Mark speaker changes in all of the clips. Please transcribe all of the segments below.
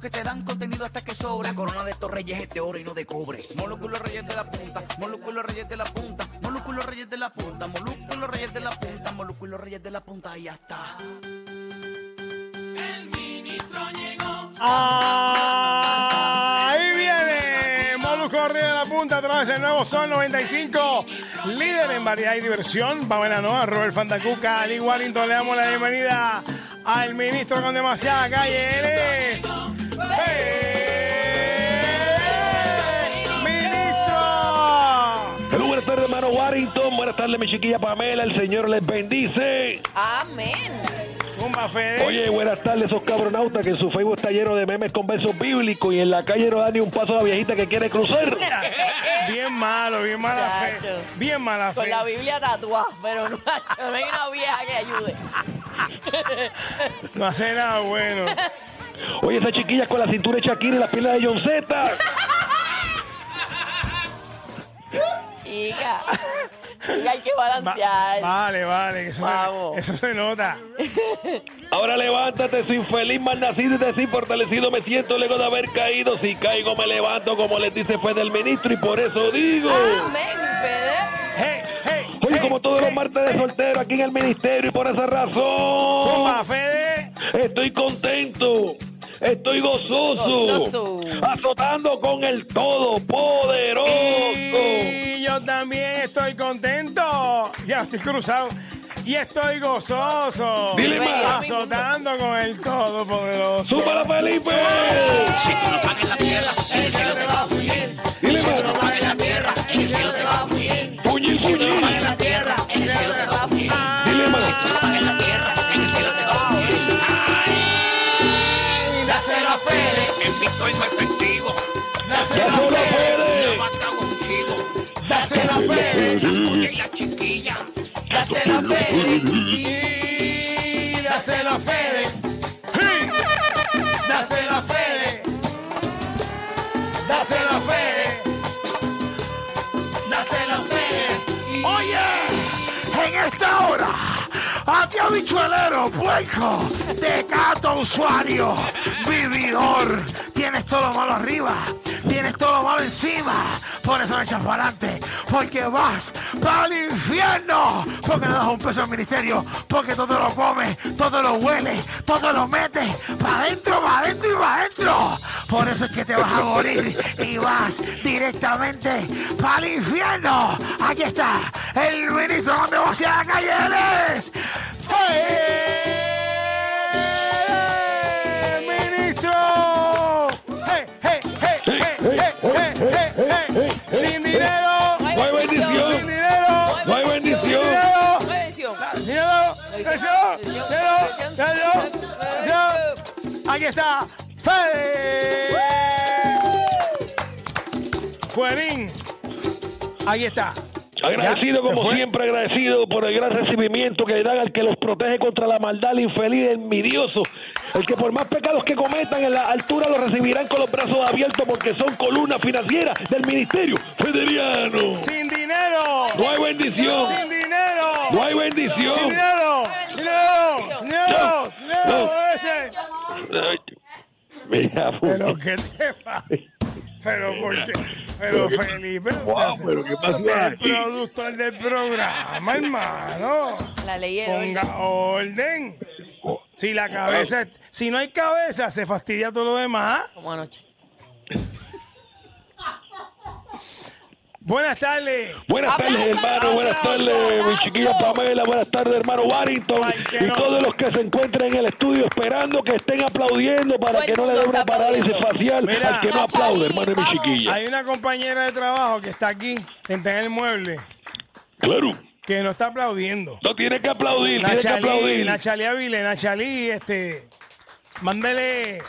Speaker 1: que te dan contenido hasta que sobra. La corona de estos reyes es de oro y no de cobre. Molúsculos reyes de la punta, molúsculos reyes de la punta, molúsculos reyes de la punta, molúsculos reyes de la punta, molúsculos reyes de la punta y ya está.
Speaker 2: Ahí viene Molusco Río de la Punta, otra vez el nuevo Sol 95, líder en variedad y diversión. Pamela Noa, Robert Fantacuca, Ali Warrington, le damos la bienvenida al ministro con demasiada calle, él es... ¡Ministro!
Speaker 3: Hello, buenas tardes, hermano Warrington. Buenas tardes, mi chiquilla Pamela. El Señor les bendice.
Speaker 2: Zumba, Fede.
Speaker 3: Oye, buenas tardes, esos cabronautas que en su Facebook está lleno de memes con versos bíblicos y en la calle no da ni un paso a la viejita que quiere cruzar.
Speaker 2: Bien malo, bien mala fe.
Speaker 4: Chacho.
Speaker 2: Bien mala
Speaker 4: Con
Speaker 2: fe.
Speaker 4: la Biblia tatuada, pero no, no hay una vieja que ayude.
Speaker 2: No hace nada bueno.
Speaker 3: Oye, esas chiquillas con la cintura de Shakira y las piernas de John Z.
Speaker 4: Chica, chica, hay que
Speaker 2: Va-
Speaker 4: balancear.
Speaker 2: vale, vale, eso,
Speaker 4: Vamos.
Speaker 2: eso se nota.
Speaker 3: Ahora levántate, sin feliz malnacido y te sin fortalecido me siento luego de haber caído. Si caigo, me levanto, como les dice fue del ministro, y por eso digo.
Speaker 4: Amén, Fede.
Speaker 2: Hey, hey,
Speaker 3: Oye,
Speaker 2: hey,
Speaker 3: como todos los
Speaker 2: hey.
Speaker 3: martes de soltero aquí en el ministerio, y por esa razón.
Speaker 2: Zumba, Fede.
Speaker 3: Estoy contento. Estoy gozoso,
Speaker 4: Gozoso.
Speaker 3: Azotando con el Oh, Todopoderoso.
Speaker 2: Y yo también estoy contento. Ya estoy cruzado. Y estoy gozoso.
Speaker 3: Dile más.
Speaker 2: Azotando con el Todopoderoso.
Speaker 3: ¡Súbala, Felipe!
Speaker 1: Si tú no pagas la tierra, en el cielo te va a bien.
Speaker 3: Dile
Speaker 1: Si tú no
Speaker 3: más.
Speaker 1: pagas la tierra, en el cielo te va a bien.
Speaker 3: Puñil,
Speaker 1: Si tú no
Speaker 3: puñil.
Speaker 1: pagas la tierra, en el cielo te va a bien.
Speaker 3: Dile
Speaker 1: Si tú
Speaker 3: más.
Speaker 1: no pagas la tierra, en el cielo te va bien. ¡Ay! Dáselo a Fede. En Bitcoin no hay efectivo.
Speaker 3: ¡Ya
Speaker 2: Dásela,
Speaker 3: solo
Speaker 2: Fede.
Speaker 3: puede!
Speaker 1: Mata un chivo.
Speaker 2: Dásela, Fede.
Speaker 1: Oye, la chiquilla.
Speaker 2: Dásela, Fede. Y Dásela, Fede. Sí. Dásela, Fede. Dásela, Fede.
Speaker 1: Dáselo a Fede.
Speaker 5: Oye, en esta hora, a ti habichuelero, puerco, tecato, usuario, vividor, tienes todo lo malo arriba, tienes todo lo malo encima, por eso me echas para adelante, porque vas para el infierno, porque no das un peso al ministerio, porque todo lo comes, todo lo huele, todo lo metes, para adentro, para adentro y para adentro, por eso es que te vas a morir y vas directamente para el infierno, aquí está el ministro donde vos la calle, él es
Speaker 2: ¡Eh, ministro!
Speaker 5: ¡Eh,
Speaker 2: ¡Hey, hey, hey, hey, hey, hey, hey,
Speaker 5: eh!
Speaker 2: hey! ¡Sin dinero!
Speaker 4: No hay
Speaker 3: No hay bendición.
Speaker 2: ¡Sin dinero!
Speaker 3: No hay
Speaker 2: ¡Sin
Speaker 3: bendición.
Speaker 2: dinero!
Speaker 4: No hay bendición.
Speaker 2: ¡Sin dinero! ¡Sin dinero! ¡Sin dinero! ¡Sin dinero! Aquí está Fede. Cuerín. Aquí está.
Speaker 3: Agradecido
Speaker 2: Ya, se
Speaker 3: como
Speaker 2: fue.
Speaker 3: siempre, agradecido por el gran recibimiento que le dan al que los protege contra la maldad, el infeliz, el envidioso. El que por más pecados que cometan en la altura los recibirán con los brazos abiertos porque son columna financiera del ministerio federiano.
Speaker 2: ¡Sin dinero!
Speaker 3: No hay bendición.
Speaker 2: ¡Sin dinero!
Speaker 3: No hay
Speaker 2: ¡Sin
Speaker 3: bendición.
Speaker 2: dinero! ¡Sin dinero! ¡Sin dinero! ¡Sin dinero!
Speaker 3: No.
Speaker 2: ese!
Speaker 3: Ay, Mira,
Speaker 2: Pero qué te pasa. Pero por qué. Pero Felipe.
Speaker 3: Guau,
Speaker 2: usted se-
Speaker 3: pero qué pasó
Speaker 2: usted es el
Speaker 3: aquí.
Speaker 2: productor del programa, hermano.
Speaker 4: La ley del orden.
Speaker 2: Ponga orden. Si la cabeza, si no hay cabeza, se fastidia todo lo demás.
Speaker 4: Como anoche.
Speaker 2: Buenas tardes.
Speaker 6: Buenas tardes,
Speaker 3: Aplausos,
Speaker 6: hermano. Buenas
Speaker 2: aplausos,
Speaker 6: tardes, mi
Speaker 3: aplausos.
Speaker 6: chiquilla Pamela. Buenas tardes, hermano Barrington.
Speaker 2: Ay, que
Speaker 6: Y
Speaker 2: no.
Speaker 6: todos los que se encuentren en el estudio esperando que estén aplaudiendo para
Speaker 3: Todo el
Speaker 6: que no le
Speaker 3: mundo
Speaker 6: dé una
Speaker 3: está
Speaker 6: parálisis
Speaker 3: aplaudiendo.
Speaker 6: facial
Speaker 2: Mira.
Speaker 6: al que no
Speaker 3: Chachi,
Speaker 6: aplaude, hermano y mi
Speaker 3: vamos.
Speaker 6: chiquilla.
Speaker 2: Hay una compañera de trabajo que está aquí, sentada en el mueble,
Speaker 6: Claro,
Speaker 2: que no está aplaudiendo.
Speaker 6: no tiene que aplaudir, tiene que
Speaker 2: Nachalí,
Speaker 6: aplaudir.
Speaker 2: Nachalí Avile, Nachalí, este. Mándele,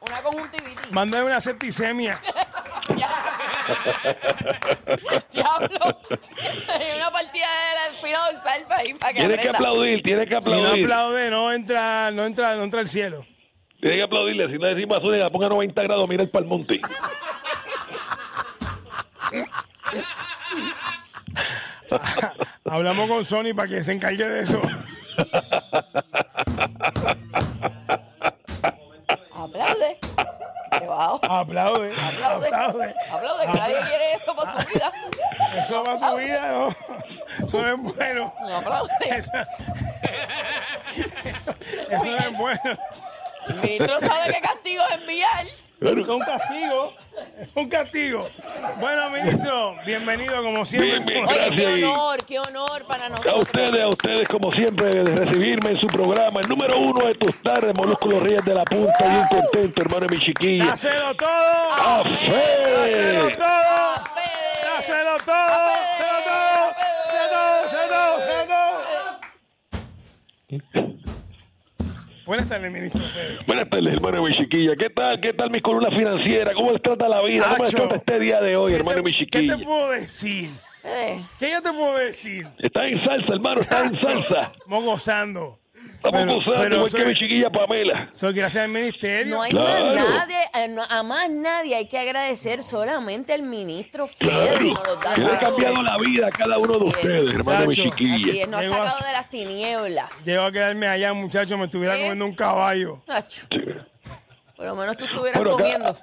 Speaker 3: Una conjuntivitis.
Speaker 2: mándele una septicemia.
Speaker 3: Diablo. Hay una partida de la espina dorsal para ir para que
Speaker 6: Tiene que
Speaker 3: aprenda.
Speaker 6: aplaudir, tiene que
Speaker 2: Si no
Speaker 6: aplaudir.
Speaker 2: aplaude, no entra, no entra, no entra al cielo.
Speaker 6: Tiene que aplaudirle. Si no decimos azul, la ponga 90 grados, mira el palmonte.
Speaker 2: Hablamos con Sony para que se encargue de eso.
Speaker 3: Aplaude. Qué bajo.
Speaker 2: Aplaude.
Speaker 3: Aplaude.
Speaker 2: Aplaude.
Speaker 3: Aplaude, que nadie quiere eso para su vida.
Speaker 2: Eso va a su vida, ¿no? Eso no es bueno.
Speaker 3: Aplaude.
Speaker 2: Eso, eso no es bueno.
Speaker 3: El ministro sabe qué castigo enviar.
Speaker 2: Es un castigo. Es un castigo. Bueno, ministro, bienvenido como siempre.
Speaker 6: Bien, bien.
Speaker 3: Oye,
Speaker 6: Gracias.
Speaker 3: qué honor, qué honor para
Speaker 6: A
Speaker 3: nosotros.
Speaker 6: ustedes, a ustedes, como siempre, de recibirme en su programa, el número uno de tus tardes, Molúsculo Reyes de la Punta. Bien contento, hermano y mi chiquilla.
Speaker 2: Dáselo todo.
Speaker 6: ¡A
Speaker 2: Dáselo
Speaker 6: fe!
Speaker 2: todo.
Speaker 3: Fede.
Speaker 2: Dáselo todo. Dáselo todo. Dáselo todo. Dáselo todo. Dáselo todo. Buenas tardes, ministro Fede.
Speaker 6: Buenas tardes, hermano y mi chiquilla. ¿Qué tal? ¿Qué tal mi columna financiera? ¿Cómo les trata la vida? ¿Cómo les
Speaker 2: Acho.
Speaker 6: trata este día de hoy,
Speaker 2: ¿Qué
Speaker 6: hermano y
Speaker 2: te-
Speaker 6: mi
Speaker 2: ¿Qué
Speaker 6: chiquilla?
Speaker 2: te puedo decir?
Speaker 3: Fede.
Speaker 2: ¿Qué yo te puedo decir?
Speaker 6: Está en salsa, hermano, está en salsa.
Speaker 2: Estamos gozando.
Speaker 6: Estamos
Speaker 2: Pero-
Speaker 6: gozando,
Speaker 2: pero
Speaker 6: igual que
Speaker 2: soy-
Speaker 6: mi chiquilla Pamela.
Speaker 2: Soy gracias al ministerio.
Speaker 3: No hay
Speaker 6: Claro.
Speaker 3: más nadie, eh, no- a más nadie hay que agradecer solamente al ministro Fede.
Speaker 6: Claro,
Speaker 3: que nos los da
Speaker 6: que le ha
Speaker 3: todos.
Speaker 6: cambiado la vida a cada uno de
Speaker 3: Así es.
Speaker 6: ustedes, hermano y mi
Speaker 2: Chacho,
Speaker 3: Así
Speaker 6: chiquilla.
Speaker 3: es, nos ha
Speaker 2: Llegó a-
Speaker 3: sacado de las tinieblas.
Speaker 2: Llego a quedarme allá, muchacho, me estuviera
Speaker 3: ¿Eh?
Speaker 2: comiendo un caballo.
Speaker 3: Nacho,
Speaker 6: Sí.
Speaker 3: por lo menos tú estuvieras
Speaker 6: Bueno, acá,
Speaker 3: comiendo.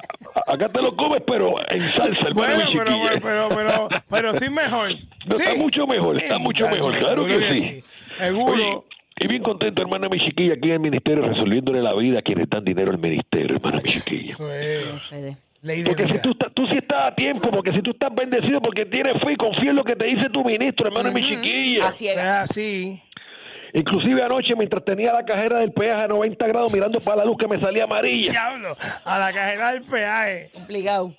Speaker 6: a- acá te lo comes, pero en salsa, hermano
Speaker 2: Bueno,
Speaker 6: y mi
Speaker 2: pero,
Speaker 6: chiquilla.
Speaker 2: pero, pero, pero, pero estoy mejor.
Speaker 6: No, está
Speaker 2: Sí.
Speaker 6: mucho mejor, está
Speaker 2: Sí,
Speaker 6: mucho
Speaker 2: muchacho,
Speaker 6: mejor, claro
Speaker 2: seguro
Speaker 6: que sí.
Speaker 2: Seguro.
Speaker 6: Oye, y bien contento, hermano y mi chiquilla, aquí en el ministerio, resolviéndole la vida a quienes dan dinero al ministerio, hermano y mi chiquilla.
Speaker 2: Eso es
Speaker 3: Fede.
Speaker 2: ley de
Speaker 6: Porque si
Speaker 2: vida.
Speaker 6: tú, estás- tú sí estás a tiempo, porque si tú estás bendecido, porque tienes fe y confía en lo que te dice tu ministro, hermano y mi chiquilla.
Speaker 3: A
Speaker 2: Es
Speaker 3: ciegas.
Speaker 2: así.
Speaker 6: Inclusive anoche, mientras tenía la cajera del peaje a 90 grados mirando para la luz que me salía amarilla.
Speaker 2: Diablo, a la cajera del peaje.
Speaker 3: Complicado.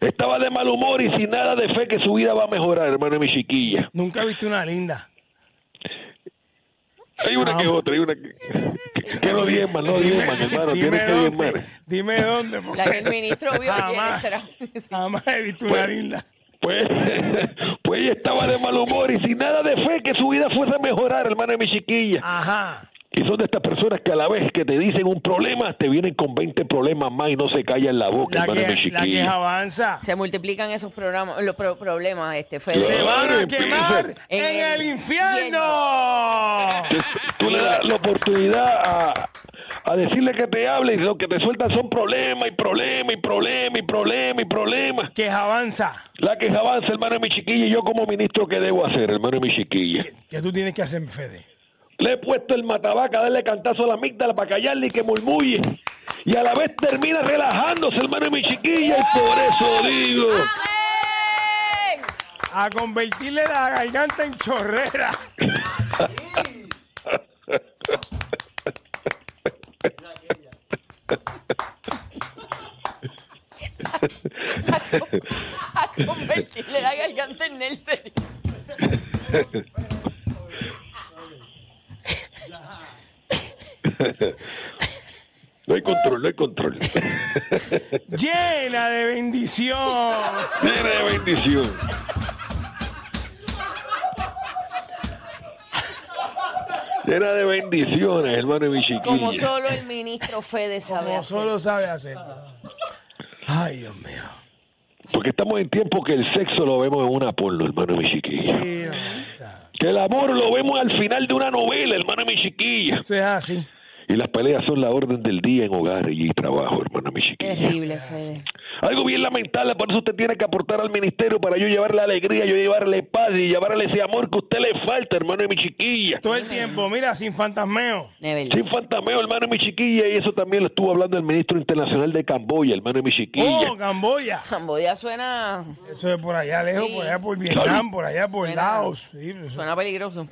Speaker 6: Estaba de mal humor y sin nada de fe que su vida va a mejorar, hermano y mi chiquilla.
Speaker 2: Nunca viste una linda.
Speaker 6: Hay una que otra, hay una que... Que no diezman, no diezman, hermano,
Speaker 2: dime,
Speaker 6: tienes que diezmar.
Speaker 2: dónde, dime dónde. porque
Speaker 3: La que el ministro vio
Speaker 2: jamás,
Speaker 3: ayer.
Speaker 2: jamás he visto una linda.
Speaker 6: Pues, pues ella estaba de mal humor y sin nada de fe que su vida fuese a mejorar, hermano de mi chiquilla.
Speaker 2: Ajá.
Speaker 6: Y son de estas personas que a la vez que te dicen un problema, te vienen con 20 problemas más y no se callan la boca,
Speaker 2: La
Speaker 6: hermano de mi
Speaker 2: que, la que
Speaker 6: chiquilla.
Speaker 2: avanza.
Speaker 3: Se multiplican esos programas, los pro- problemas, este,
Speaker 2: Se
Speaker 3: Fede.
Speaker 6: Claro.
Speaker 2: van a
Speaker 6: Madre,
Speaker 2: quemar
Speaker 6: empieza.
Speaker 2: en
Speaker 3: En
Speaker 2: el
Speaker 3: el
Speaker 2: infierno.
Speaker 6: Tú le das la oportunidad a, a decirle que te hable y lo que te sueltan son problemas y problemas y problemas y problemas y problemas.
Speaker 2: Que avanza.
Speaker 6: La que avanza, hermano de mi chiquilla, y yo como ministro, ¿qué debo hacer, hermano de mi chiquilla?
Speaker 2: Que tú tienes que hacer, Fede.
Speaker 6: Le he puesto el matabaca, a darle cantazo a la amígdala para callarle y que murmulle. Y a la vez termina relajándose, hermano de mi chiquilla, y por eso digo.
Speaker 3: ¡Amén!
Speaker 2: A convertirle la garganta en chorrera.
Speaker 3: A convertirle la garganta en Nelson.
Speaker 6: No hay control, no hay control.
Speaker 2: Llena de bendición.
Speaker 6: Llena de bendición. Llena de bendiciones, hermano de mi
Speaker 3: Como
Speaker 6: chiquilla.
Speaker 3: solo el ministro Fede sabe
Speaker 2: Como
Speaker 3: hacer.
Speaker 2: solo sabe hacer. Ay, Dios mío.
Speaker 6: Porque estamos en tiempo que el sexo lo vemos en una porno, hermano de mi chiquilla.
Speaker 2: Sí, no, está.
Speaker 6: Que el amor lo vemos al final de una novela, hermano de mi chiquilla.
Speaker 2: Eso es así.
Speaker 6: Y las peleas son la orden del día en hogar y trabajo, hermana mi chiquilla.
Speaker 3: Terrible, Fede.
Speaker 6: Algo bien lamentable, por eso usted tiene que aportar al ministerio para yo llevarle alegría, yo llevarle paz y llevarle ese amor que a usted le falta, hermano de mi chiquilla.
Speaker 2: Todo el tiempo, mira, sin fantasmeo.
Speaker 3: Neville.
Speaker 6: Sin fantameo, hermano de mi chiquilla, y eso también lo estuvo hablando el ministro internacional de Camboya, hermano de mi chiquilla.
Speaker 2: Oh, Camboya.
Speaker 3: Camboya suena,
Speaker 2: Eso es por allá lejos,
Speaker 3: Sí.
Speaker 2: por allá por Vietnam, por allá por
Speaker 3: Suena-
Speaker 2: Laos. Sí, pues, eso-
Speaker 3: suena peligroso.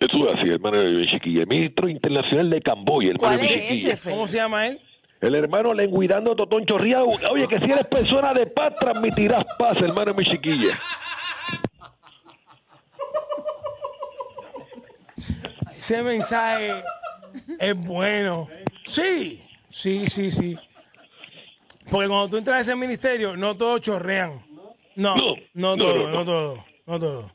Speaker 6: Eso es así, hermano de mi chiquilla. El ministro internacional de Camboya, hermano
Speaker 3: ¿Cuál
Speaker 6: de mi
Speaker 3: es
Speaker 6: chiquilla.
Speaker 3: ese, Fede?
Speaker 2: ¿Cómo se llama él?
Speaker 6: El hermano lenguidando Totón Chorriado. Oye, que si eres persona de paz, transmitirás paz, hermano de mi chiquilla.
Speaker 2: Ese mensaje es bueno. Sí, sí, sí, sí. Porque cuando tú entras a ese ministerio, no todos chorrean. No,
Speaker 6: No, no,
Speaker 2: no todo,
Speaker 6: no, no.
Speaker 2: no todo, no todo.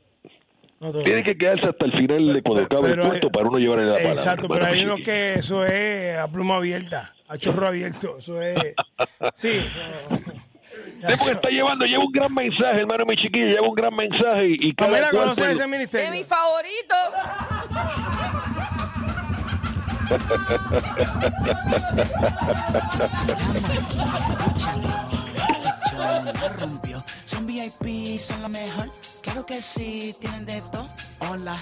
Speaker 2: No todo.
Speaker 6: Tiene que quedarse hasta el final de cuando acabe el
Speaker 2: Pero hay-
Speaker 6: cuento para uno llevarle la palabra.
Speaker 2: Exacto, pero
Speaker 6: hermano de
Speaker 2: hay
Speaker 6: mi
Speaker 2: unos
Speaker 6: chiquilla.
Speaker 2: que eso es a pluma abierta, a chorro abierto. Eso es. Sí. eso-
Speaker 6: Sí, porque está llevando, lleva un gran mensaje, hermano de mi chiquilla, lleva un gran mensaje y, y cada
Speaker 2: Pamela
Speaker 6: cual,
Speaker 2: conoce
Speaker 6: pues,
Speaker 2: ese
Speaker 3: De
Speaker 2: ministerio.
Speaker 3: mis favoritos.
Speaker 1: rompió. Son VIP, son lo mejor. Claro que sí, tienen de todo. Hola.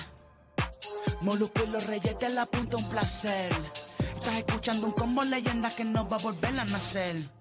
Speaker 1: Molusco y los Reyes de la Punta, un placer. Estás escuchando un combo leyenda que nos va a volver a nacer.